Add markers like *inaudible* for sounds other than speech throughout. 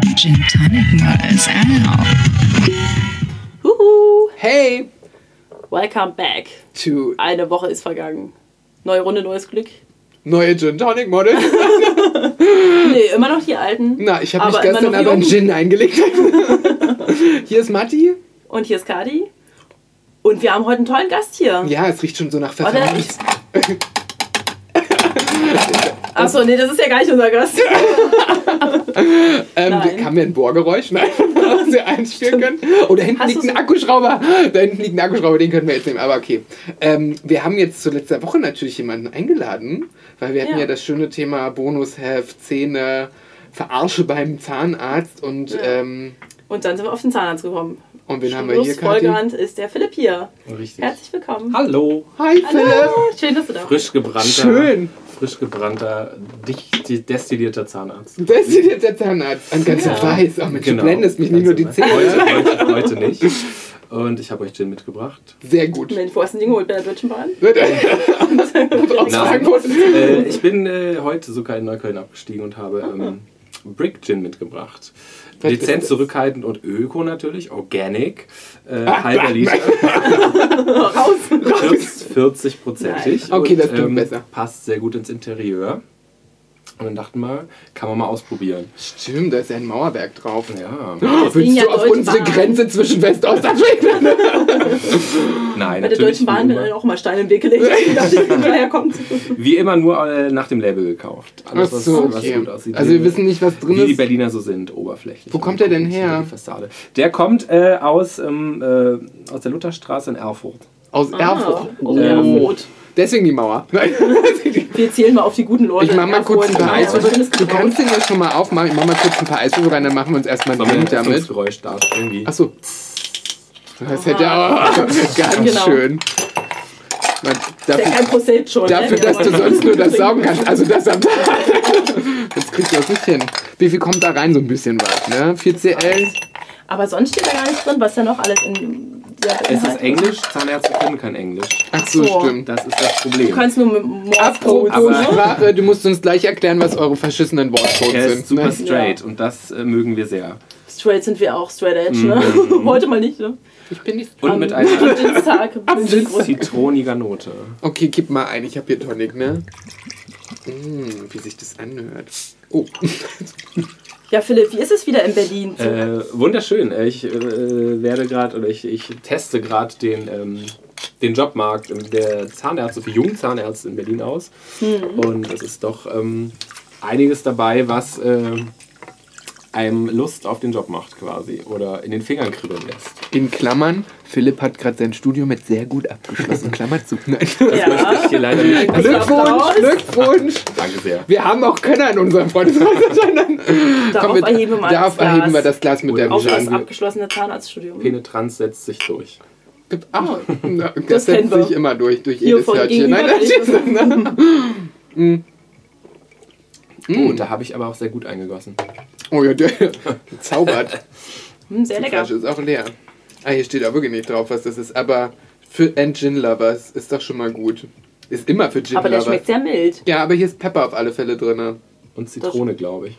Tonic Models out. Huhu, Hey, welcome back. to Eine Woche ist vergangen. Neue Runde, neues Glück. neue Gin Tonic Model. Hm. Nee, immer noch die alten. Na, ich habe mich Aber immer gestern noch aber einen jung. Gin eingelegt. *laughs* Hier ist Matti. Und hier ist Kadi. Und wir haben heute einen tollen Gast hier. Ja, es riecht schon so nach Oder? Pfefferminz. *laughs* Achso, nee, das ist ja gar nicht unser Gast. Ähm, Nein. haben wir ein Bohrgeräusch? *laughs* Nein, was wir einspielen können. Oh, da hinten Hast liegt du's- ein Akkuschrauber. Da hinten liegt ein Akkuschrauber, den können wir jetzt nehmen, aber okay. Ähm, wir haben jetzt zu letzter Woche natürlich jemanden eingeladen, weil wir hatten ja, Ja. das schöne Thema Bonusheft, Zähne, Verarsche beim Zahnarzt und, ähm, Und dann sind wir auf den Zahnarzt gekommen. und wen haben wir hier, Kathi? Folgerand ist der Philipp hier. Richtig. Herzlich willkommen. Hallo. Hi, Philipp. Hallo. Schön, dass du da bist. Frisch gebrannter, Schön. frisch gebrannter, dicht destillierter Zahnarzt. Das ist jetzt der Zahnarzt. Ein ganzer Ja. Weiß. Oh Mensch, du blendest mich nicht Genau. Ganz nur die genau. Zähne. Heute, heute, heute nicht. Und ich habe euch Gin mitgebracht. Sehr gut. Mensch, wo hast du den geholt? Bei der Deutschen Bahn? Aus Na. Frankfurt. Äh, ich bin äh, heute sogar in Neukölln abgestiegen und habe ähm, Brick Gin mitgebracht. Was ist Dezent das? zurückhaltend und öko natürlich, organic, äh, halber Liter, Raus! 40-prozentig. Okay, das Und, ähm, klingt besser. Passt sehr gut ins Interieur. Und dann dachten wir, kann man mal ausprobieren. Stimmt, da ist ja ein Mauerwerk drauf. Ja. Willst Ja, du auf Deutsche unsere Bahn. Grenze zwischen West und Ost abschließen? Nein, Bei der natürlich Deutschen Bahn äh, wie ne? werden dann immer, auch mal Steine im Weg gelegt. *laughs* Ich dachte, *laughs* wo der herkommt. wie immer nur äh, nach dem Label gekauft. Alles, was, Achso, was okay. gut aussieht. Also wir wissen nicht, was drin wie die ist. Berliner so sind, oberflächlich. Wo kommt der denn Nicht über her? Die Fassade. Der kommt äh, aus, ähm, äh, aus der Lutherstraße in Erfurt. Aus Erfurt. Ähm, Ah, Oh. aus Erfurt. Deswegen die Mauer. Wir zählen mal auf die guten Leute. Ich mach mal kurz ein paar Erfurt. Eiswürfel. Schönes Du Gebrauch. kannst den jetzt schon mal aufmachen. Ich mach mal kurz ein paar Eiswürfel rein, dann machen wir uns erstmal einen Sollen wir Drink ein damit. Öffnungsgeräusch da irgendwie? Achso. Das hätte ja auch *laughs* ganz Genau. schön. Man, Der dafür, kein Prozent schon. dafür, ne? dass Ja, du aber- sonst nur das saugen kannst. Also das *laughs* am Jetzt kriegst du das nicht hin. Wie viel kommt da rein? So ein bisschen was, ne? 4CL? Aber sonst steht da gar nichts drin, was da noch alles in der Es ist Inhalt- Englisch, Zahnärzte können kein Englisch. Ach so, So. stimmt. Das ist das Problem. Du kannst nur mit Morse Code. Apropos Aber- Sprache, du musst uns gleich erklären, was eure verschissenen er Wortcodes ist sind. super Ne? straight und das äh, mögen wir sehr. Straight sind wir auch, straight edge, ne? *laughs* Mhm. Heute mal nicht, ne? Ich bin nicht. *laughs* Und mit einer *laughs* Dienstag. zitroniger Note. Okay, gib mal ein. Ich habe hier Tonic, ne? Mm, wie sich das anhört. Oh, *laughs* Ja, Philipp, wie ist es wieder in Berlin? zu- Äh, wunderschön. Ich äh, werde gerade oder ich, ich teste gerade den, ähm, den Jobmarkt der Zahnärzte für jungen Zahnärzte in Berlin aus. Und es ist doch ähm, einiges dabei, was äh, einem Lust auf den Job macht quasi oder in den Fingern kribbeln lässt. in Klammern. Philipp hat gerade sein Studium mit sehr gut abgeschlossen. Klammer zu. *laughs* Nein. ja. Ich hier *laughs* leider nicht. Glückwunsch, Applaus. Glückwunsch. Danke sehr. Wir haben auch Könner in unserem Freundeskreis. Darauf erheben wir mal darauf das erheben wir Glas. das Glas mit Oder der Auf das Hand. abgeschlossene Zahnarztstudium. Penetranz setzt sich durch. *laughs* Ah, na, das, Das setzt kennen wir. sich immer durch, durch Hier jedes von Hörtchen. gegenüber Nein, *laughs* nein, Oh, da habe ich aber auch sehr gut eingegossen. oh *laughs* ja, der zaubert. Hm, sehr Die lecker. Flasche ist auch leer. Ah, hier steht auch wirklich nicht drauf, was das ist. Aber für and Gin Lovers ist doch schon mal gut. Ist immer für Gin Aber der Lovers. schmeckt sehr mild. ja, aber hier ist Pepper auf alle Fälle drin. Und Zitrone, glaube ich.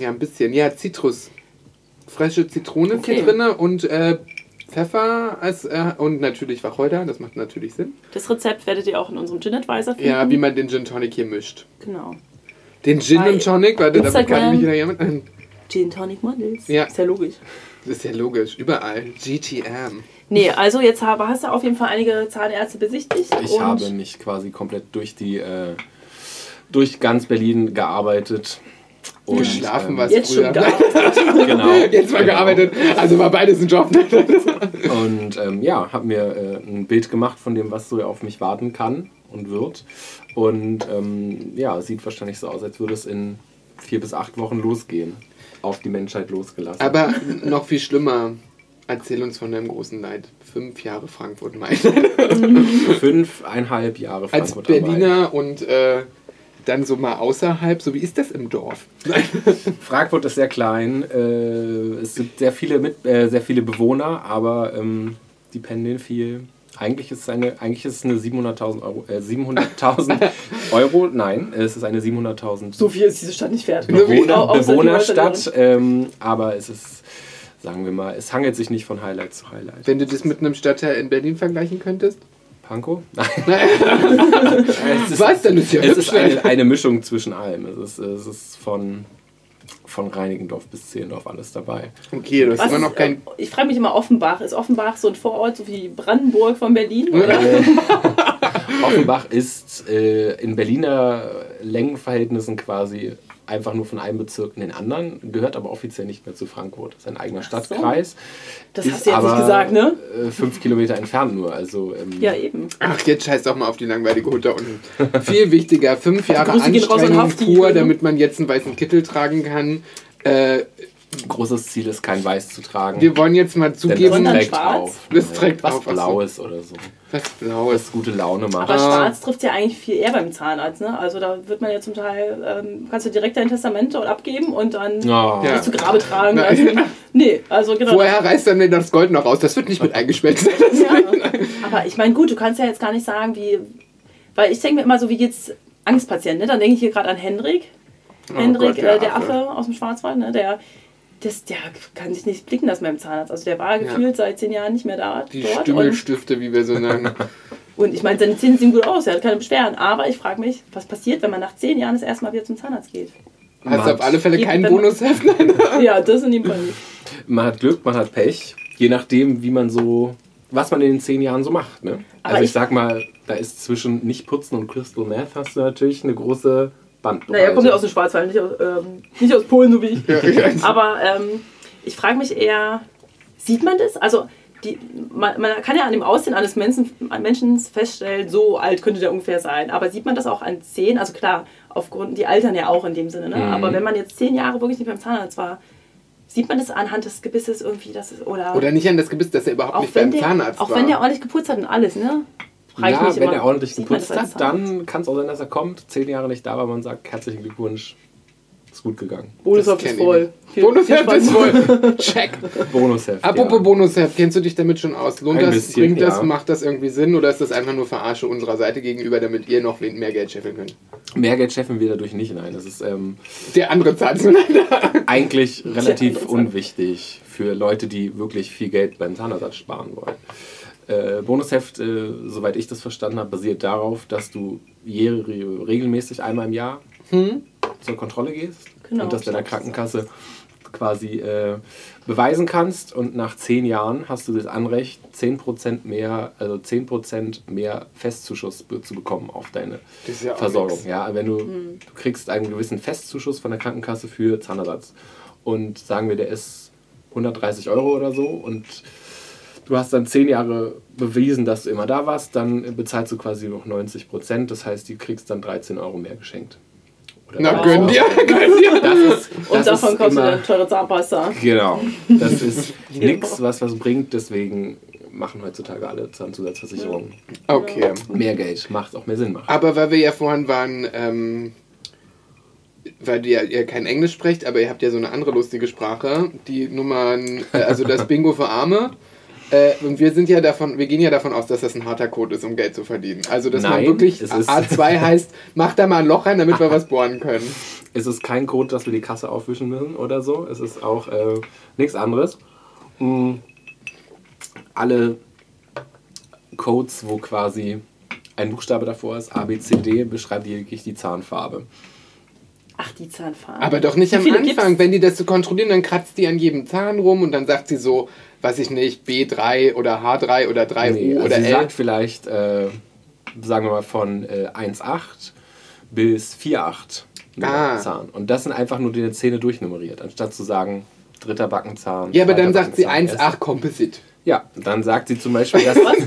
Ja, ein bisschen. Ja, Zitrus. Frische Zitrone ist hier Okay. drin und äh, Pfeffer als, äh, und natürlich Wacholder. Das macht natürlich Sinn. Das Rezept werdet ihr auch in unserem Gin Advisor finden. Ja, wie man den Gin Tonic hier mischt. Genau. Den Gin Bei und Tonic, warte, da kann Instagram. mich wieder jemand. ein. Gin Tonic Models. Ja. Ist ja logisch. Das ist ja logisch, überall. GTM. Nee, also jetzt habe, hast du auf jeden Fall einige Zahnärzte besichtigt. Ich und habe mich quasi komplett durch die, äh, durch ganz Berlin gearbeitet. Und, ähm, Geschlafen was jetzt früher. schon gearbeitet. Genau. *laughs* Jetzt mal genau. gearbeitet. Also war beides ein Job. *laughs* Und ähm, ja, habe mir äh, ein Bild gemacht von dem, was so auf mich warten kann und wird. Und ähm, ja, es sieht wahrscheinlich so aus, als würde es in vier bis acht Wochen losgehen. Auf die Menschheit losgelassen. Aber noch viel schlimmer, erzähl uns von deinem großen Leid. Fünf Jahre Frankfurt-Main. Fünfeinhalb Jahre Als Frankfurt am Main. Berliner und äh, dann so mal außerhalb. So, wie ist das im Dorf? Frankfurt ist sehr klein. Äh, es gibt sehr viele, mit, äh, sehr viele Bewohner, aber ähm, die pendeln viel. Eigentlich ist es eine, eigentlich ist es eine 700.000 Euro, äh, 700.000 Euro, nein, es ist eine 700.000 So viel ist diese Stadt nicht wert. Nur wie- Bewohner, Au- außer die Bewohnerstadt, Leute, ähm, aber es ist, sagen wir mal, es hangelt sich nicht von Highlight zu Highlight. Wenn du das mit einem Stadtteil in Berlin vergleichen könntest? Pankow? *laughs* Nein. es ist, Was denn? Ist ja es ist hübsch. eine, eine Mischung zwischen allem. Es ist, es ist von, von Reinickendorf bis Zehlendorf alles dabei. Okay, das ist Was immer noch ist, kein. äh, ich frage mich immer, Offenbach. Ist Offenbach so ein Vorort, so wie Brandenburg von Berlin? Oder? Offenbach ist äh, in Berliner Längenverhältnissen quasi einfach nur von einem Bezirk in den anderen, gehört aber offiziell nicht mehr zu Frankfurt. Ist ein eigener so. Stadtkreis. Das ist hast du jetzt aber, nicht gesagt, ne? äh, Fünf Kilometer entfernt nur. Also, ähm, Ja, eben. Ach, jetzt scheiß doch mal auf die langweilige Hut da unten. Viel wichtiger, fünf Jahre Grüße gehen raus an Anstrengung Hafti. pur, damit man jetzt einen weißen Kittel tragen kann. Äh, großes Ziel ist, kein Weiß zu tragen. wir wollen jetzt mal denn zugeben, Sondern das trägt schwarz? auf. Das trägt was auf, ach so. Blaues oder so. was Blaues. Was gute Laune macht. Ah. Aber schwarz trifft ja eigentlich viel eher beim Zahnarzt, ne? Also da wird man ja zum Teil, ähm, kannst du direkt dein Testament dort abgeben und dann Ja. Ja. zu Grabe tragen. Nein. Also, nee, also genau. Vorher reißt dann das Gold noch raus. Das wird nicht mit eingeschmelzt. Ja. *laughs* Aber ich meine, gut, du kannst ja jetzt gar nicht sagen, wie. Weil ich denke mir immer so, wie geht's Angstpatienten, ne? Dann denke ich hier gerade an Hendrik. Hendrik, Oh Gott, der äh, der Affe. Affe. aus dem Schwarzwald, ne? Der, das, der kann sich nicht blicken, dass meinem Zahnarzt. Also der war Ja. gefühlt seit zehn Jahren nicht mehr da. Die dort und, Stümmelstifte, wie wir so nennen. und ich meine, seine Zähne sehen gut aus, er hat keine Beschwerden. Aber ich frage mich, was passiert, wenn man nach zehn Jahren das erste Mal wieder zum Zahnarzt *laughs* geht? Hast Max. du auf alle Fälle Eben, keinen wenn man- Bonusheft? Nein. ja, das in dem Fall nicht. Man hat Glück, man hat Pech. Je nachdem, wie man so, was man in den zehn Jahren so macht. Ne? Aber Also ich, ich- sag mal, da ist zwischen Nicht-Putzen und Crystal Meth hast du natürlich eine große Also, Bandbreite. Naja, kommt ja aus dem Schwarzwald, nicht aus, ähm, nicht aus Polen, so wie ich. ja. Aber ähm, ich frage mich eher, sieht man das? Also die, man, man kann ja an dem Aussehen eines Menschen, an Menschen feststellen, so alt könnte der ungefähr sein. Aber sieht man das auch an zehn? Also klar, aufgrund, die altern ja auch in dem Sinne. Ne? Mhm. Aber wenn man jetzt zehn Jahre wirklich nicht beim Zahnarzt war, sieht man das anhand des Gebisses irgendwie, dass es, oder, Oder nicht an das Gebiss, dass er überhaupt auch, nicht wenn beim der, Zahnarzt auch war. wenn der ordentlich geputzt hat und alles, ne? Frag ich ja, mich wenn immer, er ordentlich sieht man geputzt das als hat, Zahnarzt? dann kann es auch sein, dass er kommt, zehn Jahre nicht da war, man sagt, herzlichen Glückwunsch, ist gut gegangen. Bonusheft kenn ist ich voll. nicht. Viel- Bonusheft viel ist Spaß. voll. Check. Bonusheft. Apropos ja. Bonusheft, kennst du dich damit schon aus? Lohnt Ein das, bisschen, bringt das, ja. macht das irgendwie Sinn oder ist das einfach nur Verarsche unserer Seite gegenüber, damit ihr noch wen- mehr Geld scheffeln könnt? Mehr Geld scheffeln wir dadurch nicht, nein. Das ist ähm, Der andere zahlt *laughs* zueinander. eigentlich relativ interessant. unwichtig für Leute, die wirklich viel Geld beim Zahnersatz sparen wollen. Äh, Bonusheft, äh, soweit ich das verstanden habe, basiert darauf, dass du jähr- regelmäßig einmal im Jahr zur Kontrolle gehst Hm? Genau, und das ich deiner glaub, das Krankenkasse quasi äh, beweisen kannst und nach zehn Jahren hast du das Anrecht, 10% mehr, also 10% mehr Festzuschuss be zu bekommen auf deine Das ist ja auch Versorgung. nix. Ja, wenn du, Hm. du kriegst einen gewissen Festzuschuss von der Krankenkasse für Zahnersatz. Und sagen wir, der ist 130 Euro oder so und du hast dann zehn Jahre bewiesen, dass du immer da warst, dann bezahlst du quasi noch 90 Prozent. Das heißt, du kriegst dann 13 Euro mehr geschenkt. Oder Na, Wow. gönn dir, Oh. gönn dir. Das ist, Und das davon ist kaufst du immer- dann teure Zahnpasta. Genau. Das ist nichts, was was bringt. Deswegen machen heutzutage alle Zahnzusatzversicherungen. Okay. Mehr Geld macht auch mehr Sinn. Macht. Aber weil wir ja vorhin waren, ähm, weil ihr, ihr kein Englisch sprecht, aber ihr habt ja so eine andere lustige Sprache, die Nummern, äh, also das Bingo für Arme. Äh, und wir sind ja davon, wir gehen ja davon aus, dass das ein harter Code ist, um Geld zu verdienen. Also dass man Nein, wirklich es ist- *laughs* A2 heißt, mach da mal ein Loch rein, damit wir was bohren können. Es ist kein Code, dass wir die Kasse aufwischen müssen oder so. Es ist auch äh, nichts anderes. Mm. Alle Codes, wo quasi ein Buchstabe davor ist, A, B, C, D, beschreibt lediglich die Zahnfarbe. Ach, die Zahnfarbe. Aber doch nicht Wie am viele Anfang. gibt's? Wenn die das zu kontrollieren, dann kratzt die an jedem Zahn rum und dann sagt sie so, weiß ich nicht, B3 oder H3 oder 3U Nee, also oder sie L. sagt vielleicht, äh, sagen wir mal, von äh, 1,8 bis 4,8 Ah. ah. Zahn. Und das sind einfach nur die Zähne durchnummeriert, anstatt zu sagen, dritter Backenzahn. Ja, aber zweiter dann sagt sie Backenzahn, erster- 1,8 Composite. *laughs* Ja, dann sagt sie zum Beispiel, dass, Was?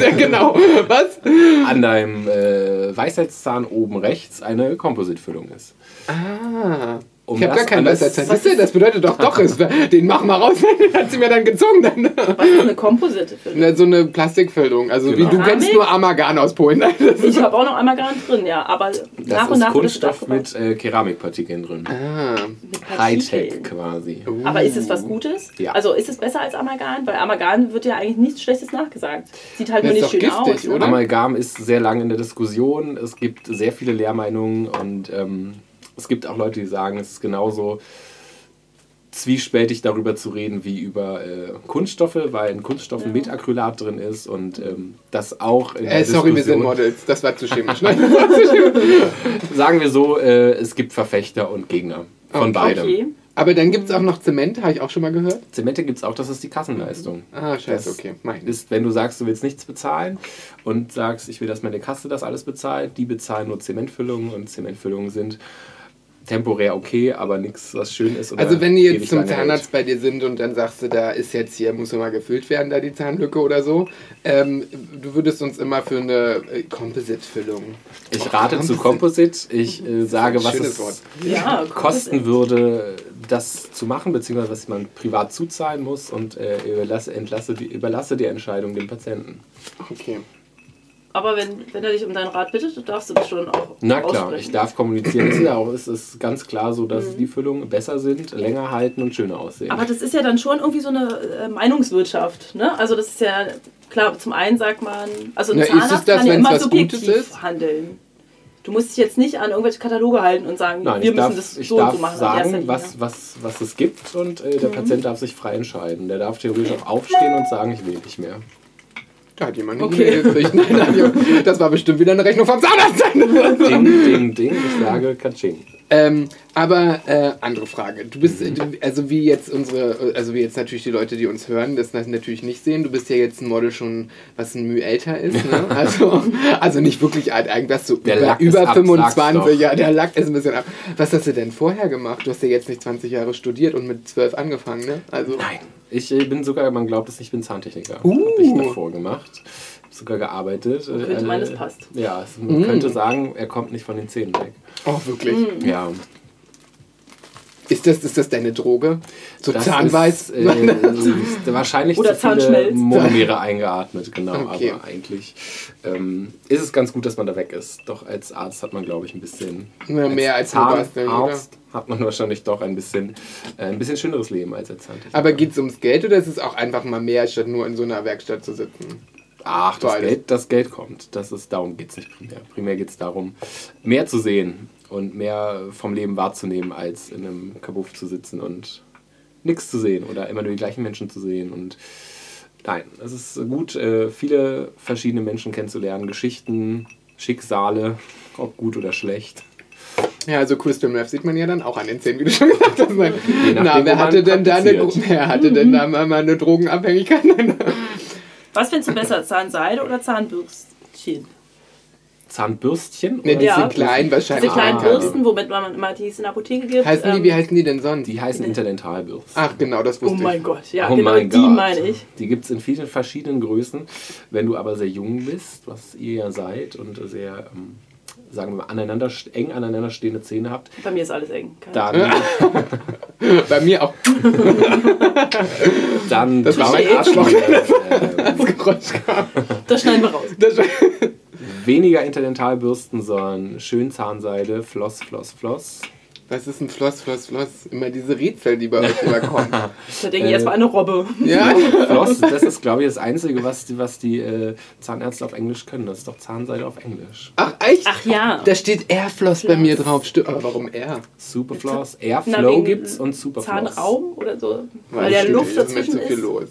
Ja, genau. Was? an deinem äh, Weisheitszahn oben rechts eine Kompositfüllung ist. Ah. um Ich habe gar das keinen alles- Weisheitszahn. Siehst du, das bedeutet doch doch ist. Den machen wir raus. *laughs* hat sie mir dann gezogen. Dann. *laughs* Was ist eine Komposite für Na, So eine Plastikfüllung. Also Genau. wie du kennst Keramik? nur Amalgam aus Polen. *laughs* Äh, Ich habe auch noch Amalgam drin, ja, aber Das nach und nach ist wird es Kunststoff abgebaut. mit äh, Keramikpartikeln drin. Ah, Mit Hightech Partikeln. quasi. Aber ist es Hm, was Gutes? Ja. Also ist es besser als Amalgam? Weil Amalgam wird ja eigentlich nichts Schlechtes nachgesagt. Sieht halt Das nur nicht ist schön doch aus. giftig, ne? oder? Amalgam ist sehr lange in der Diskussion. Es gibt sehr viele Lehrmeinungen und ähm, es gibt auch Leute, die sagen, es ist genauso zwiespältig darüber zu reden wie über äh, Kunststoffe, weil in Kunststoffen Metacrylat drin ist und ähm, das auch in äh, sorry, wir sind Diskussion- Models. Das war zu chemisch. *laughs* Ne? Sagen wir so, äh, es gibt Verfechter und Gegner von Okay. beidem. Okay. Aber dann gibt es auch noch Zement, habe ich auch schon mal gehört. Zemente gibt es auch, das ist die Kassenleistung. Ah, scheiße, Das okay, mein. Ist, wenn du sagst, du willst nichts bezahlen und sagst, ich will, dass meine Kasse das alles bezahlt, die bezahlen nur Zementfüllungen und Zementfüllungen sind temporär okay, aber nichts, was schön ist. oder Also wenn die jetzt ewig zum lange hält. Zahnarzt bei dir sind und dann sagst du, da ist jetzt hier, muss immer gefüllt werden, da die Zahnlücke oder so, ähm, du würdest uns immer für eine äh, Composite-Füllung. Ich rate zu Composite, ich äh, sage, was schönes es Wort. Ja, kosten würde, das zu machen, beziehungsweise was man privat zuzahlen muss und äh, überlasse, entlasse die, überlasse die Entscheidung dem Patienten. Okay. Aber wenn, wenn er dich um deinen Rat bittet, darfst du das schon auch Na klar, aussprechen. ich darf kommunizieren. Es ist ja auch, *clears throat* es ist ganz klar so, dass die Füllungen besser sind, länger halten und schöner aussehen. Mhm. Genau. Aber das ist ja dann schon irgendwie so eine äh, Meinungswirtschaft. Ne? Also das ist ja, klar, zum einen sagt man, also ein Na, ist es Zahnarzt das, kann ja wenn's immer was Gutes subjektiv ist? handeln. Du musst dich jetzt nicht an irgendwelche Kataloge halten und sagen, Nein, wir ich müssen darf, das ich so und darf so machen. also in erster sagen, Linie. was, was, was es gibt und äh, der Mhm. Patient darf sich frei entscheiden. Der darf theoretisch auch aufstehen und sagen, ich will nicht mehr. Da hat jemand Okay. okay. gekriegt. Nein, nein, das war bestimmt wieder eine Rechnung vom Zahnarzt. Ding, ding, ding, ich sage Katsching. Ähm, aber äh, andere Frage. Du bist, Mhm. äh, du- also wie jetzt unsere, also wie jetzt natürlich die Leute, die uns hören, das natürlich nicht sehen. Du bist ja jetzt ein Model schon, was ein Mühe älter ist. *laughs* Ne? Also, also nicht wirklich alt, irgendwas so Der über, Lack ist über ab, sag's 25. doch. Ja, der Lack ist ein bisschen ab. Was hast du denn vorher gemacht? Du hast ja jetzt nicht 20 Jahre studiert und mit 12 angefangen, ne? Also, Nein. Ich äh, bin sogar, man glaubt es nicht, ich bin Zahntechniker. Uh. Habe ich davor gemacht. Hab sogar gearbeitet. Äh, könnte meinen, es passt. Ja, es- man könnte sagen, er kommt nicht von den Zähnen weg. Oh, wirklich. Mm. Ja. Ist, das, ist das deine Droge? So Das Zahnweiß? *laughs* Ist, äh, wahrscheinlich Oder zu viele Zahnschmelz. Monomeere eingeatmet, genau. Okay. Aber eigentlich ähm, ist es ganz gut, dass man da weg ist. Doch als Arzt hat man, glaube ich, ein bisschen. Na, mehr als nur basteln, oder? Zahnarzt hat man wahrscheinlich doch ein bisschen, äh, ein bisschen schöneres Leben als als Zahntechniker. Aber geht's ums Geld oder ist es auch einfach mal mehr, statt nur in so einer Werkstatt zu sitzen? Ach, das Beides. Geld, das Geld kommt. Das ist, darum geht es nicht primär. Primär geht es darum, mehr zu sehen und mehr vom Leben wahrzunehmen, als in einem Kabuff zu sitzen und nichts zu sehen oder immer nur die gleichen Menschen zu sehen. Und nein, es ist gut, äh, viele verschiedene Menschen kennenzulernen, Geschichten, Schicksale, ob gut oder schlecht. Ja, also Crystal Meth sieht man ja dann auch an den Zähnen, wie du schon gesagt hast. Na, nachdem, wer wo man hatte denn da eine, praktiziert. wer hatte denn da mal mal eine Drogenabhängigkeit? *laughs* ne? Was findest du besser, Zahnseide oder Zahnbürstchen? Zahnbürstchen? ne, die Ja. sind klein Diese wahrscheinlich. kleinen Ah. Bürsten, womit man immer die es in der Apotheke gibt. Heißen die, ähm, wie heißen die denn sonst? Die heißen Interdentalbürsten. Ach genau, das Oh wusste mein ich. Gott, ja, genau die meine ich. Die gibt es in vielen verschiedenen Größen. Wenn du aber sehr jung bist, was ihr ja seid, und sehr, ähm, sagen wir mal, aneinander, eng aneinander stehende Zähne habt, Bei mir ist alles eng. Keine dann, Bei mir auch *laughs* dann Das war mein glaubt Arschloch. ihr, ähm, das Geräusch kam. Das schneiden wir raus. Das war- Ähm, weniger Interdentalbürsten, sondern schön Zahnseide, Floss, Floss, Floss. Was ist ein Floss, Floss, Floss? Immer diese Rätsel, die bei *laughs* euch überkommen. Da denke Äh, ich erstmal an eine *laughs* Robbe. Ja, Floss, das ist, glaube ich, das Einzige, was die, was die äh, Zahnärzte auf Englisch können. Das ist doch Zahnseide auf Englisch. ach echt? Ach ja. Da steht Airfloss bei mir drauf. Stimmt. Aber warum Air? Superfloss, Na, Airflow wegen gibt's und Superfloss. Zahnraum oder so. Weil der Stimmt, Luft Ist dazwischen mit so viel ist. los.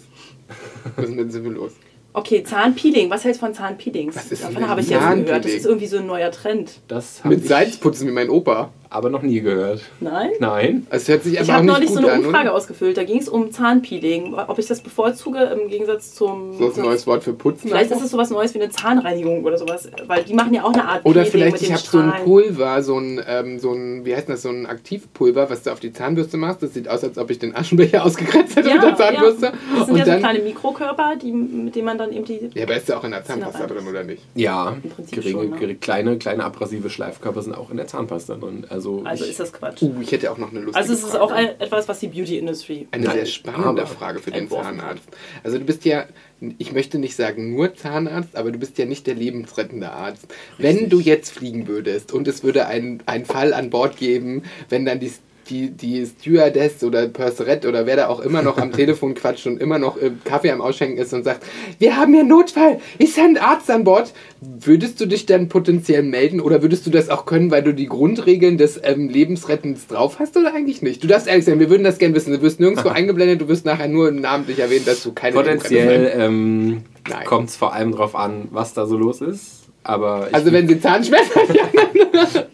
Ist mit so viel los. Okay, Zahnpeeling. Was hältst du von Zahnpeelings? Was ist Davon denn habe ich jetzt Zahnpeeling? gehört. Das ist irgendwie so ein neuer Trend. Das habe Mit ich Salzputzen wie mein Opa. aber noch nie gehört. Nein? Nein. Es hört sich Ich einfach habe auch nicht neulich so gut eine an. Umfrage oder? ausgefüllt. Da ging es um Zahnpeeling. Ob ich das bevorzuge im Gegensatz zum. So ist ein neues Wort für Putzen. Vielleicht ist es sowas Neues wie eine Zahnreinigung oder sowas. Weil die machen ja auch eine Art Oder Peeling vielleicht, mit ich den habe so ein Strahlen. Pulver, so ein, ähm, so ein, wie heißt das, so ein Aktivpulver, was du auf die Zahnbürste machst. Das sieht aus, als ob ich den Aschenbecher *laughs* ausgekratzt hätte Ja, mit der Zahnbürste. ja. Das sind Und ja so dann, kleine Mikrokörper, die, mit denen man dann eben die. ja, aber ist ja auch in der Sind Zahnpasta aber- drin, oder nicht? Ja, Prinzip geringe, schon, ne? geringe- kleine, kleine abrasive Schleifkörper sind auch in der Zahnpasta drin. Also Also, Also ich, ist das Quatsch. Uh, ich hätte auch noch eine lustige Also es ist Frage. auch ein, etwas, was die Beauty-Industry. Eine Nein, sehr spannende aber Frage für den entworfen. Zahnarzt. Also du bist ja, ich möchte nicht sagen nur Zahnarzt, aber du bist ja nicht der lebensrettende Arzt. Wenn du jetzt fliegen würdest und es würde einen einen Fall an Bord geben, wenn dann die, die, die Stewardess oder Purserette oder wer da auch immer noch *laughs* am Telefon quatscht und immer noch äh, Kaffee am Ausschenken ist und sagt, wir haben hier einen Notfall, ist ein Arzt an Bord, würdest du dich dann potenziell melden oder würdest du das auch können, weil du die Grundregeln des ähm, Lebensrettens drauf hast oder eigentlich nicht? Du darfst ehrlich sein, wir würden das gerne wissen. Du wirst *laughs* nirgendwo eingeblendet, du wirst nachher nur namentlich erwähnt, dass du keine Potenziell ähm, Nein. kommt es vor allem drauf an, was da so los ist. Aber ich, Also wenn sie Zahnschmerzen hat,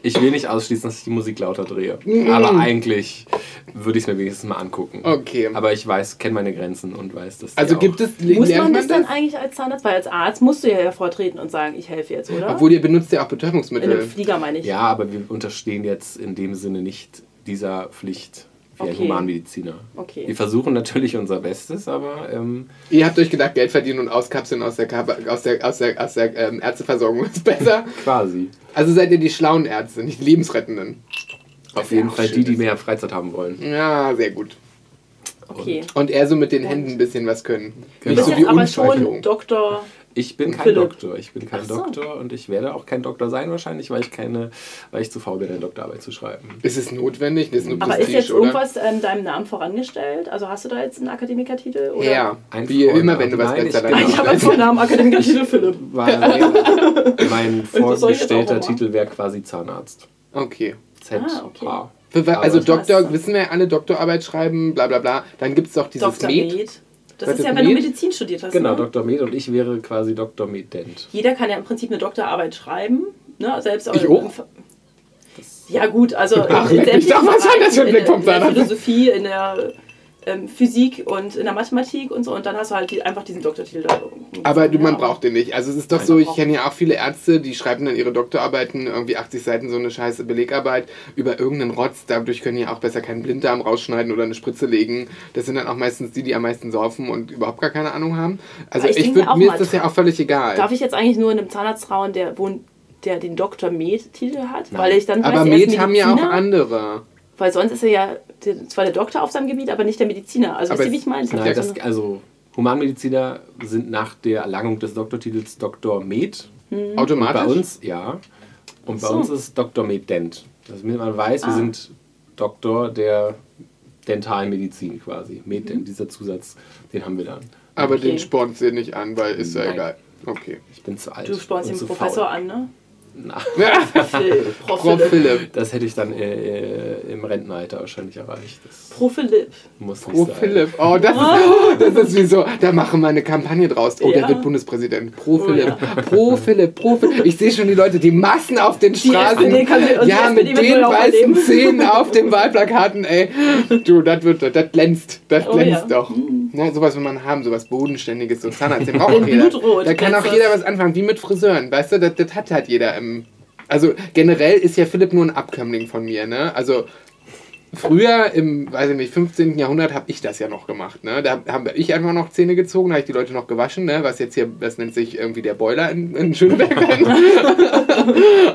ich will nicht ausschließen, dass ich die Musik lauter drehe. Aber eigentlich würde ich es mir wenigstens mal angucken. Okay. Aber ich weiß, kenne meine Grenzen und weiß, dass. die Also auch- gibt es Muss lernt man das dann eigentlich als Zahnarzt? Weil als Arzt musst du ja hervortreten und sagen, ich helfe jetzt, oder? Obwohl ihr benutzt ja auch In einem Betäubungsmittel. Flieger meine ich. Ja, aber wir unterstehen jetzt in dem Sinne nicht dieser Pflicht wie ein Okay. Humanmediziner. Okay. Wir versuchen natürlich unser Bestes, aber ähm, Ihr habt euch gedacht, Geld verdienen und auskapseln aus der, Kap- aus der, aus der, aus der ähm, Ärzteversorgung ist besser. quasi. Also seid ihr die schlauen Ärzte, nicht die lebensrettenden. Auf jeden auch Fall schön die, die ist. mehr Freizeit haben wollen. Ja, sehr gut. Okay. Und er so mit den Händen ein bisschen was können. Genau. Du Nicht bist so jetzt wie aber schon Unfallführung. Doktor. Ich bin kein Philipp. Doktor. Ich bin kein Ach so. Doktor und ich werde auch kein Doktor sein wahrscheinlich, weil ich keine, weil ich zu faul bin, eine Doktorarbeit zu schreiben. Ist es notwendig? Das ist nur Aber ist Prestige, jetzt oder? irgendwas ähm, deinem Namen vorangestellt? Also hast du da jetzt einen Akademikertitel? Oder? Ja, Ein wie Freund, immer, wenn du was nein, ich besser bin- lernst. Ich habe als Vornamen Akademikertitel Philipp. *laughs* Weil mein das soll ich jetzt auch vorgestellter machen? Titel wäre quasi Zahnarzt. Okay. Z Ah, okay. H. Für, wa- Aber- also Doktor, Interessant. wissen wir ja alle, Doktorarbeit schreiben, bla bla bla. Dann gibt es doch *laughs* dieses Dr. Med. Med. Das Was ist ist ja, wenn du Med? Medizin studiert hast. Genau, ne? Dr. Med und ich wäre quasi Dr. Medent. Jeder kann ja im Prinzip eine Doktorarbeit schreiben. Ne? Selbst Ich im- auch. Ja, gut, also in- Ach, in leck mich doch, was sämtlichen hat das für ein Bereichen, Blick vom in, der- in der Zahnarzt? Philosophie, in der ähm, Physik und in der Mathematik und so. Und dann hast du halt die, einfach diesen Doktortitel. Da Aber du, Ja, man braucht den nicht. Also es ist genau. doch Nein, so, man ich braucht- kenne ja auch viele Ärzte, die schreiben dann ihre Doktorarbeiten, irgendwie 80 Seiten, so eine scheiße Belegarbeit über irgendeinen Rotz. Dadurch können ja auch besser keinen Blinddarm rausschneiden oder eine Spritze legen. Das sind dann auch meistens die, die am meisten saufen und überhaupt gar keine Ahnung haben. Also Aber ich, ich denke würd, mir auch mir mal ist das ja dran. auch völlig egal. Darf ich jetzt eigentlich nur einem Zahnarzt trauen, der, wo, der den Doktor Med-Titel hat? Weil ich dann Aber weiß, er ist Med haben ja auch Mediziner, andere. Weil sonst ist er ja der- zwar der Doktor auf seinem Gebiet, aber nicht der Mediziner. Also, Aber wisst ihr, wie es- ich meine? Das Nein, ist das, so eine- also Humanmediziner sind nach der Erlangung des Doktortitels Dr. Med. Mhm. Und Automatisch. bei uns, ja. Und bei so. Ah. uns ist Dr. Med Dent. Dass man weiß, wir sind Doktor der Dentalmedizin quasi. Med Mhm. Dent, dieser Zusatz, den haben wir dann. Aber Okay. den spornt sie nicht an, weil ist ja Nein. egal. *laughs* Okay. Ich bin zu alt. du spornst und den zu Professor faul. an, *laughs* ne? Na, *laughs* Phil, Prof. Frau Philipp. Philipp. das hätte ich dann äh, äh, im Rentenalter wahrscheinlich erreicht. Das Pro Philipp. muss nicht Oh, sein. Philipp. Oh, das ist, das ist wie so, da machen wir eine Kampagne draus. Oh, der Ah. Ja. wird Bundespräsident. Pro Oh, Philipp. ja. Pro Philipp, pro Philipp. Ich sehe schon die Leute, die Massen auf den Straßen. SPD kann sie- und die ja, SPD mit wird den wohl auch weißen erleben. Zähnen auf den Wahlplakaten, ey. Du, das wird, das glänzt. Das Oh, glänzt ja. doch. Na, sowas will man haben, sowas *laughs* Bodenständiges, so Oh, Zahnarzt. Den braucht auch jeder. Blutrot Da kann auch glänzt jeder das. was anfangen, wie mit Friseuren. Weißt du, das, das hat halt jeder im. Also generell ist ja Philipp nur ein Abkömmling von mir, ne? Also Früher im, weiß ich nicht, 15. Jahrhundert habe ich das ja noch gemacht. Ne? Da habe ich einfach noch Zähne gezogen, habe ich die Leute noch gewaschen, ne? was jetzt hier, das nennt sich irgendwie der Boiler in, in Schöneberg.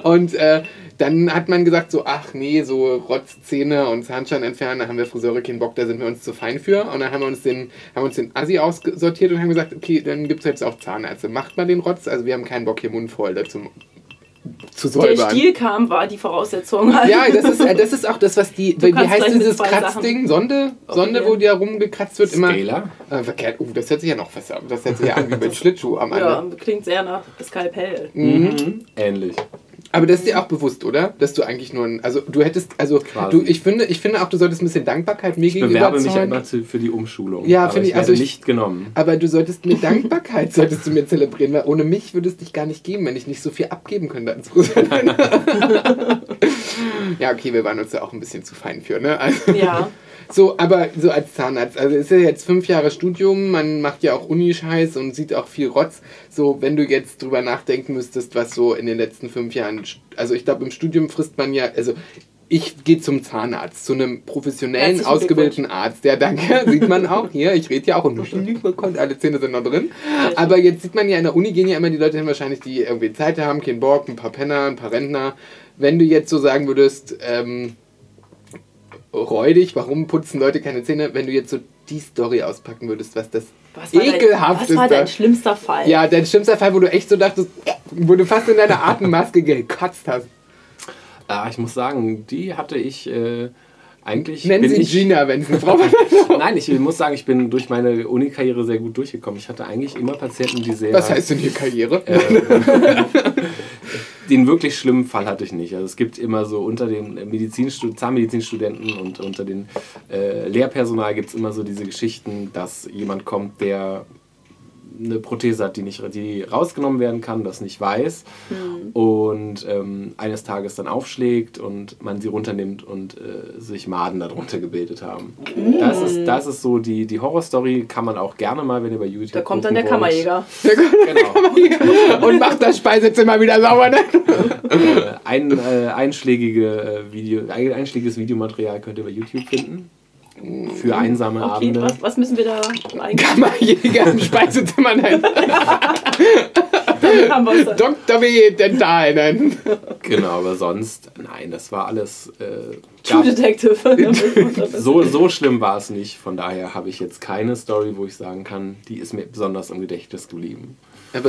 und äh, dann hat man gesagt, so, ach nee, so Rotzzähne und Zahnstein entfernen, da haben wir Friseure keinen Bock, da sind wir uns zu fein für. Und dann haben wir uns den, haben wir uns den Assi aussortiert und haben gesagt, okay, dann gibt es jetzt auch Zahnärzte. Macht mal den Rotz, also wir haben keinen Bock, hier mundvoll dazu zu Der säubern. Stil kam, war die Voraussetzung. Ja, *laughs* das ist, äh, das ist auch das, was die. Wie kannst heißt gleich mit dieses zwei Kratzding? Sonde? Sonde, Okay. wo die da rumgekratzt wird? Immer. Scaler? Äh, verkehrt. Uh, das hört sich ja noch besser an. Das hört sich ja an wie *laughs* mit Schlittschuh am Ende. Ja, klingt sehr nach Skalpell. *laughs* Mhm. Ähnlich. Aber das ist dir auch bewusst, oder? Dass du eigentlich nur ein. Also, du hättest. Also, Quasi. du, ich, finde, ich finde auch, du solltest ein bisschen Dankbarkeit mir Ich gegenüber bewerbe mich ja zollen. immer zu, für die Umschulung. Ja, aber finde ich ich- also werde ich- nicht genommen. aber du solltest mir Dankbarkeit solltest du mir zelebrieren, weil ohne mich würde es dich gar nicht geben, wenn ich nicht so viel abgeben könnte ans Fußball. *laughs* ja, okay, wir waren uns da auch ein bisschen zu fein für, ne? Also, Ja. So, aber so als Zahnarzt, also ist ja jetzt fünf Jahre Studium, man macht ja auch Unischeiß und sieht auch viel Rotz. So, wenn du jetzt drüber nachdenken müsstest, was so in den letzten fünf Jahren, st- also ich glaube, im Studium frisst man ja, also ich gehe zum Zahnarzt, zu einem professionellen, Herzlichen ausgebildeten Arzt. Ja, danke, *laughs* sieht man auch hier. Ich rede ja auch und alle Zähne sind noch drin. Aber jetzt sieht man ja, in der Uni gehen ja immer die Leute hin, wahrscheinlich, die irgendwie Zeit haben, keinen Bock, ein paar Penner, ein paar Rentner. wenn du jetzt so sagen würdest, ähm, räudig, warum putzen Leute keine Zähne, wenn du jetzt so die Story auspacken würdest, was das Was war, dein, Ekelhaft was ist war dein das. schlimmster Fall? ja, dein schlimmster Fall, wo du echt so dachtest, äh, wo du fast in deiner Atemmaske gekotzt hast. Ah, ich muss sagen, die hatte ich äh, eigentlich. Nenn bin sie ich, Gina, wenn es eine *laughs* Frau war. Nein, ich muss sagen, ich bin durch meine Uni-Karriere sehr gut durchgekommen. Ich hatte eigentlich immer Patienten, die sehr. Was heißt denn hier Karriere? Äh. Den wirklich schlimmen Fall hatte ich nicht. Also es gibt immer so unter den äh, Medizinstu Zahnmedizinstudenten und unter den äh, Lehrpersonal gibt es immer so diese Geschichten, dass jemand kommt, der eine Prothese hat, die nicht die rausgenommen werden kann, das nicht weiß Mhm. und ähm, eines Tages dann aufschlägt und man sie runternimmt und äh, sich Maden darunter gebildet haben. Mhm. Das, ist, das ist so die, die Horrorstory, kann man auch gerne mal, wenn ihr bei YouTube Da kommt dann der gucken wollt. Kammerjäger. *laughs* Genau. Und mach das Speisezimmer wieder sauber. Ne? Äh, ein, äh, einschlägige äh, Video, ein, einschlägiges Videomaterial könnt ihr bei YouTube finden. Für einsame Mhm. Okay, Abende. was, was müssen wir da eigentlich Kammerjäger im Speisezimmer. Nein. *laughs* haben? wir uns- Dr. W. Dental. Nein. Genau, aber sonst, nein, das war alles. Äh, True *laughs* *laughs* gab- Detective. so, so schlimm war es nicht. Von daher habe ich jetzt keine Story, wo ich sagen kann, die ist mir besonders im Gedächtnis geblieben.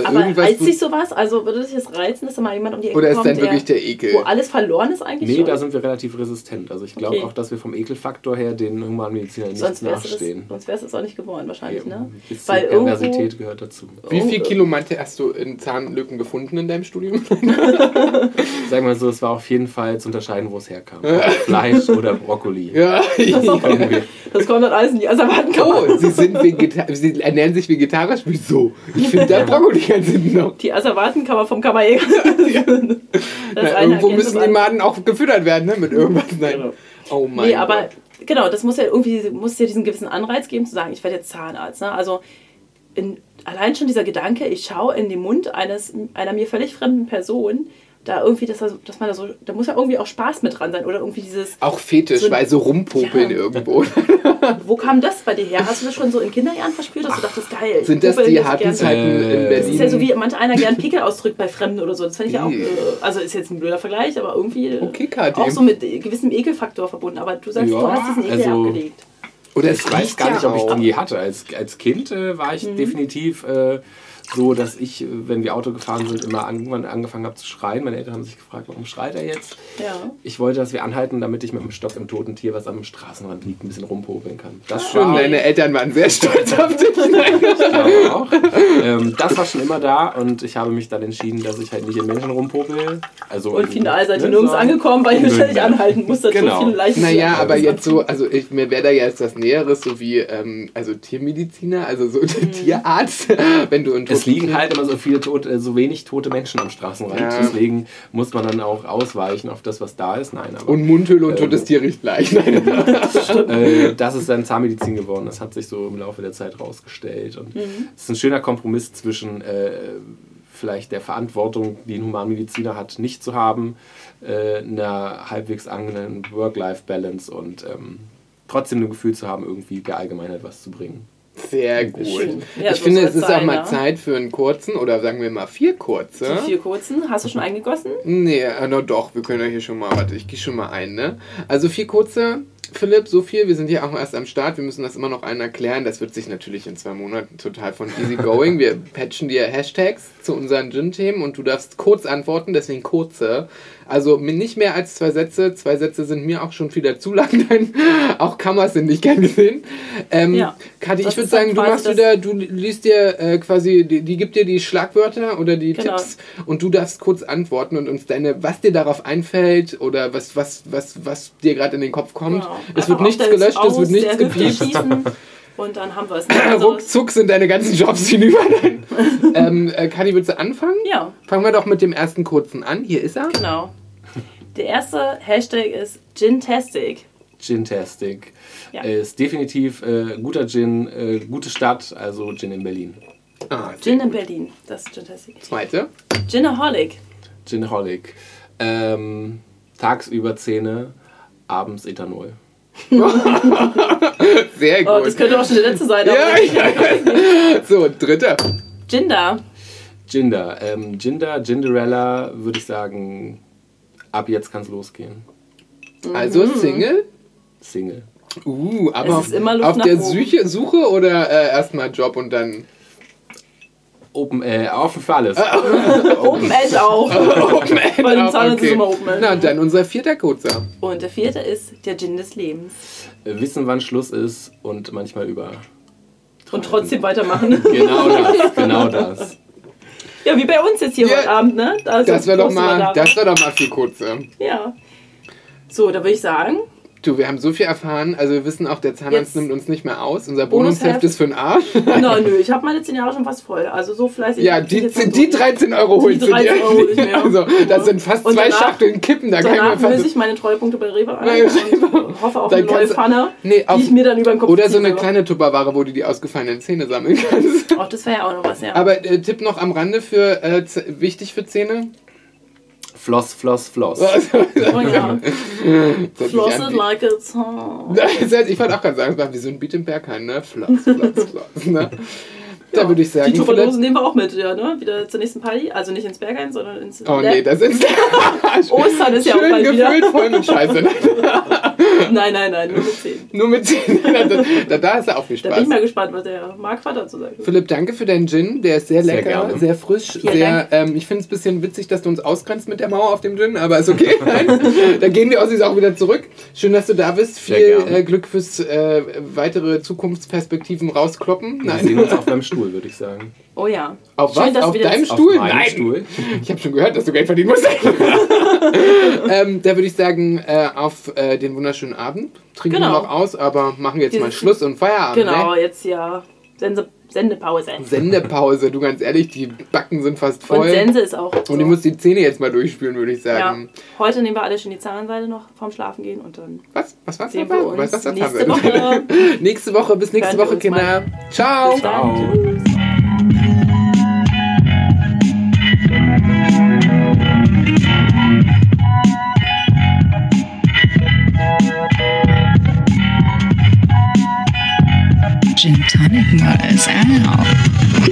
Aber als wo- sich sowas, also würde dich jetzt reizen, dass da mal jemand um die Ecke Oder ist kommt, dann wirklich der wo Ekel? alles verloren ist eigentlich Nee, schon? da sind wir relativ resistent. Also ich glaube Okay. auch, dass wir vom Ekelfaktor her den Humanmedizinern nicht sonst wär's nachstehen. es, sonst wär's es auch nicht geworden wahrscheinlich, ne? Eben. Ist die Weil irgendwo, Perversität gehört dazu. Wie viel Oh. Kilo Mante hast du in Zahnlücken gefunden in *laughs* deinem Studium? Sagen wir so, es war auf jeden Fall zu unterscheiden, wo *laughs* es herkam. Fleisch oder Brokkoli. ja. das kommt dann alles in die Asservaten. Oh, sie, sind vegeta- sie ernähren sich vegetarisch? Wieso? Ich finde da Brokkoli ganz hinten noch. *laughs* Die Asservatenkammer vom *laughs* Kammerjäger. *laughs* Das eine Na, irgendwo erkennt müssen das die andere. Maden auch gefüttert werden, ne? Mit irgendwas. Nein. Genau. Oh mein Nee, aber Gott. genau, das muss ja irgendwie muss ja diesen gewissen Anreiz geben, zu sagen, ich werde jetzt Zahnarzt. Ne? Also in, allein schon dieser Gedanke, ich schaue in den Mund eines, einer mir völlig fremden Person, da irgendwie, dass, da so- dass man da so, da muss ja irgendwie auch Spaß mit dran sein oder irgendwie dieses, Auch fetisch, So ein- weil so rumpopeln Ja. *laughs* irgendwo. wo kam das bei dir her? Hast du das schon so in Kinderjahren verspürt, dass du dachtest, geil? Sind das Popeln, die dass ich harten gerne- Zeiten in Äh, Das Berlin? ist ja so wie manch einer gern Pickel ausdrückt bei Fremden oder so. Das fände ich ja auch, Ih. äh, also ist jetzt ein blöder Vergleich, aber irgendwie Okay, äh, Kathi. auch so mit äh, gewissem Ekelfaktor verbunden. Aber du sagst, Ja, du hast diesen Ekel also- abgelegt. Oder es Ich weiß riecht gar nicht, ja ob ich auch. den je hatte. Als, als Kind äh, war Mhm. ich definitiv äh, so, dass ich, äh, wenn wir Auto gefahren sind, immer an- irgendwann angefangen habe zu schreien. Meine Eltern haben sich gefragt, warum schreit er jetzt? Ja. Ich wollte, dass wir anhalten, damit ich mit dem Stock im toten Tier, was am Straßenrand liegt, ein bisschen rumpopeln kann. Das Schön, war, deine Eltern waren sehr stolz auf dich. Nein. war auch. Ähm, das war schon immer da und ich habe mich dann entschieden, dass ich halt nicht in Menschen rumpopel. Also, Und final seid ihr ne, nirgends so. angekommen, weil ihr Nö. ne. ständig anhalten musst. Das Genau. so viele Leichen. Naja, aber Ähm. jetzt so, also ich, mir wäre da jetzt das Näheres, so wie ähm, also Tiermediziner, also so der Tierarzt, *laughs* wenn du in Es liegen halt immer so viele tote, äh, so wenig tote Menschen am Straßenrand. Ja. Deswegen muss man dann auch ausweichen auf das, was da ist. Nein, aber Und Mundhöhle und totes Tier riecht gleich. ne? Nein. äh, das ist dann Zahnmedizin geworden. Das hat sich so im Laufe der Zeit rausgestellt. Und Mhm. es ist ein schöner Kompromiss zwischen äh, vielleicht der Verantwortung, die ein Humanmediziner hat, nicht zu haben, äh, einer halbwegs angenehmen Work-Life-Balance und ähm, trotzdem ein Gefühl zu haben, irgendwie der Allgemeinheit was zu bringen. Sehr gut. Schön. Ja, ich so finde, soll's es ist sein, auch mal ne? Zeit für einen kurzen oder sagen wir mal vier kurze. So viel kurzen. Hast du schon eingegossen? Nee, äh, na doch, wir können ja hier schon mal, warte, ich gehe schon mal ein, ne? Also vier kurze, Philipp, so viel, wir sind hier auch erst am Start, wir müssen das immer noch allen erklären, das wird sich natürlich in zwei Monaten total von easy *laughs* going, wir patchen dir Hashtags zu unseren Gin-Themen und du darfst kurz antworten, deswegen kurze, also mi- nicht mehr als zwei Sätze, zwei Sätze sind mir auch schon viel dazu lang, *laughs* denn auch Kammers sind nicht gern gesehen. Ähm, Ja, Kathi, das ich würde ist dann sagen, du quasi machst das- wieder, du liest dir äh, quasi, die, die gibt dir die Schlagwörter oder die Genau. Tipps und du darfst kurz antworten und uns deine, was dir darauf einfällt oder was, was, was, was dir gerade in den Kopf kommt. Genau. Es Einfach wird auf nichts der gelöscht, es wird aus nichts der Hüfte gepiept. schießen Und dann haben wir *laughs* es. Also, das- Ruckzuck sind deine ganzen Jobs *laughs* hinüber. ähm, äh, Kadi, willst du anfangen? ja, Fangen wir doch mit dem ersten kurzen an. Hier ist er. genau. Der erste Hashtag ist Gintastic. Gin-Tastic Ja. ist definitiv äh, guter Gin, äh, gute Stadt, also Gin in Berlin. Ah, Gin in Berlin. Das ist Gintastic. Zweite. Ginaholic. Ginholic. Ähm, tagsüber Zähne, abends Ethanol. Sehr Oh, das gut. könnte auch schon der letzte sein. aber- *laughs* ja, ja. *laughs* So, dritter. Ginder. Ginder. Ähm, Ginder, Ginderella würde ich sagen Ab jetzt kann's losgehen. Also Single? Single. Uh, aber Mhm. Es ist immer Luft auf nach der oben. Suche, Suche oder äh, erstmal Job und dann. Open, äh, offen *laughs* für alles. Open End auch. Open End. Bei dem auch, Zahnarzt ist immer Open End. Na, dann unser vierter Codeser. Und der vierte ist der Gin des Lebens. Äh, Wissen, wann Schluss ist und manchmal über. Und trotzdem weitermachen. Genau das, genau das. *laughs* Ja, wie bei uns jetzt hier Ja, heute Abend, ne? Da ist Das ja war doch große mal, Madame. das war doch mal viel Codeser. Ja. So, da würde ich sagen, *laughs* Du, wir haben so viel erfahren. Also wir wissen auch, der Zahnarzt Jetzt- nimmt uns nicht mehr aus. Unser Bonusheft. Bonusheft ist für *laughs* den Arsch. na nö, ich habe meine 10 Jahre schon fast voll. Also so fleißig. Ja, bin ich die, jetzt noch die durch. 13 Euro Die holst du 13 dir. Euro *laughs* hol ich mir, ja. Also, Ja. das sind fast Und zwei danach- Schachteln Kippen. Da kann ich mir Danach löse ich fast... meine Treuepunkte bei Rewe ein *laughs* Nein, und hoffe auf Dann eine neue kannst du- Pfanne, Nee, auf- die ich mir dann über den Kopf Oder so eine ziehe. kleine Tupperware, wo du die ausgefallenen Zähne sammeln kannst. *laughs* Ach, das wäre ja auch noch was, ja. Aber äh, Tipp noch am Rande für äh, Z- wichtig für Zähne. *laughs* Floss, floss, floss. oh, ja. Das hört sich Floss an it wie- like it's hot. Das heißt, ich wollte auch gerade sagen, es war wie so ein Beat im Berghain, ne? Floss, *laughs* floss, floss. Ne? Da würde ich sagen, Die Tupperdosen vielleicht- nehmen wir auch mit, ja, ne? Wieder zur nächsten Party. Also nicht ins Berghain, sondern ins... Oh nee, das ist *laughs* Ostern ist ja auch schön bald wieder. gefüllt, voll mit Scheiße. ne? *laughs* Nein, nein, nein, nur mit 10. Nur mit *laughs* Zähnen. Da- Da, da ist ja auch viel Da bin Spaß. ich mal gespannt, was der Marc Vater zu sagen hat. Philipp, danke für deinen Gin. Der ist sehr Sehr lecker, gerne. sehr frisch. Vielen sehr, ähm, ich finde es ein bisschen witzig, dass du uns ausgrenzt mit der Mauer auf dem Gin, aber ist okay. *laughs* Nein, da gehen die Ossis auch wieder zurück. Schön, dass du da bist. Sehr Viel gerne. äh, Glück fürs äh, weitere Zukunftsperspektiven rauskloppen. Wir Nein. sehen uns auf meinem Stuhl, würde ich sagen. Oh ja. Auf Schön, was? dass Auf wir das- deinem auf Stuhl? Auf meinem Nein. Stuhl. Ich habe schon gehört, dass du Geld verdienen *laughs* musst. ähm, da würde ich sagen, äh, auf äh, den wunderschönen Abend. Trinken Genau. wir noch aus, aber machen jetzt Wir mal sitzen- Schluss und Feierabend. Genau, Ne? jetzt ja. Sense, Sendepause. Sendepause, du ganz ehrlich, die Backen sind fast voll. Und Sense ist auch. Und ich muss die Zähne jetzt mal durchspülen, würde ich ja. sagen. Heute nehmen wir alle schon die Zahnseide noch vorm Schlafen gehen und dann Was? Was war's sehen dabei? wir uns Was, was, was nächste haben wir? Woche. *laughs* Nächste Woche, bis nächste Hören wir Woche, uns mal. Kinder. Ciao. Bis dann. Ciao. Tschüss. Gin Tonic Mod is out.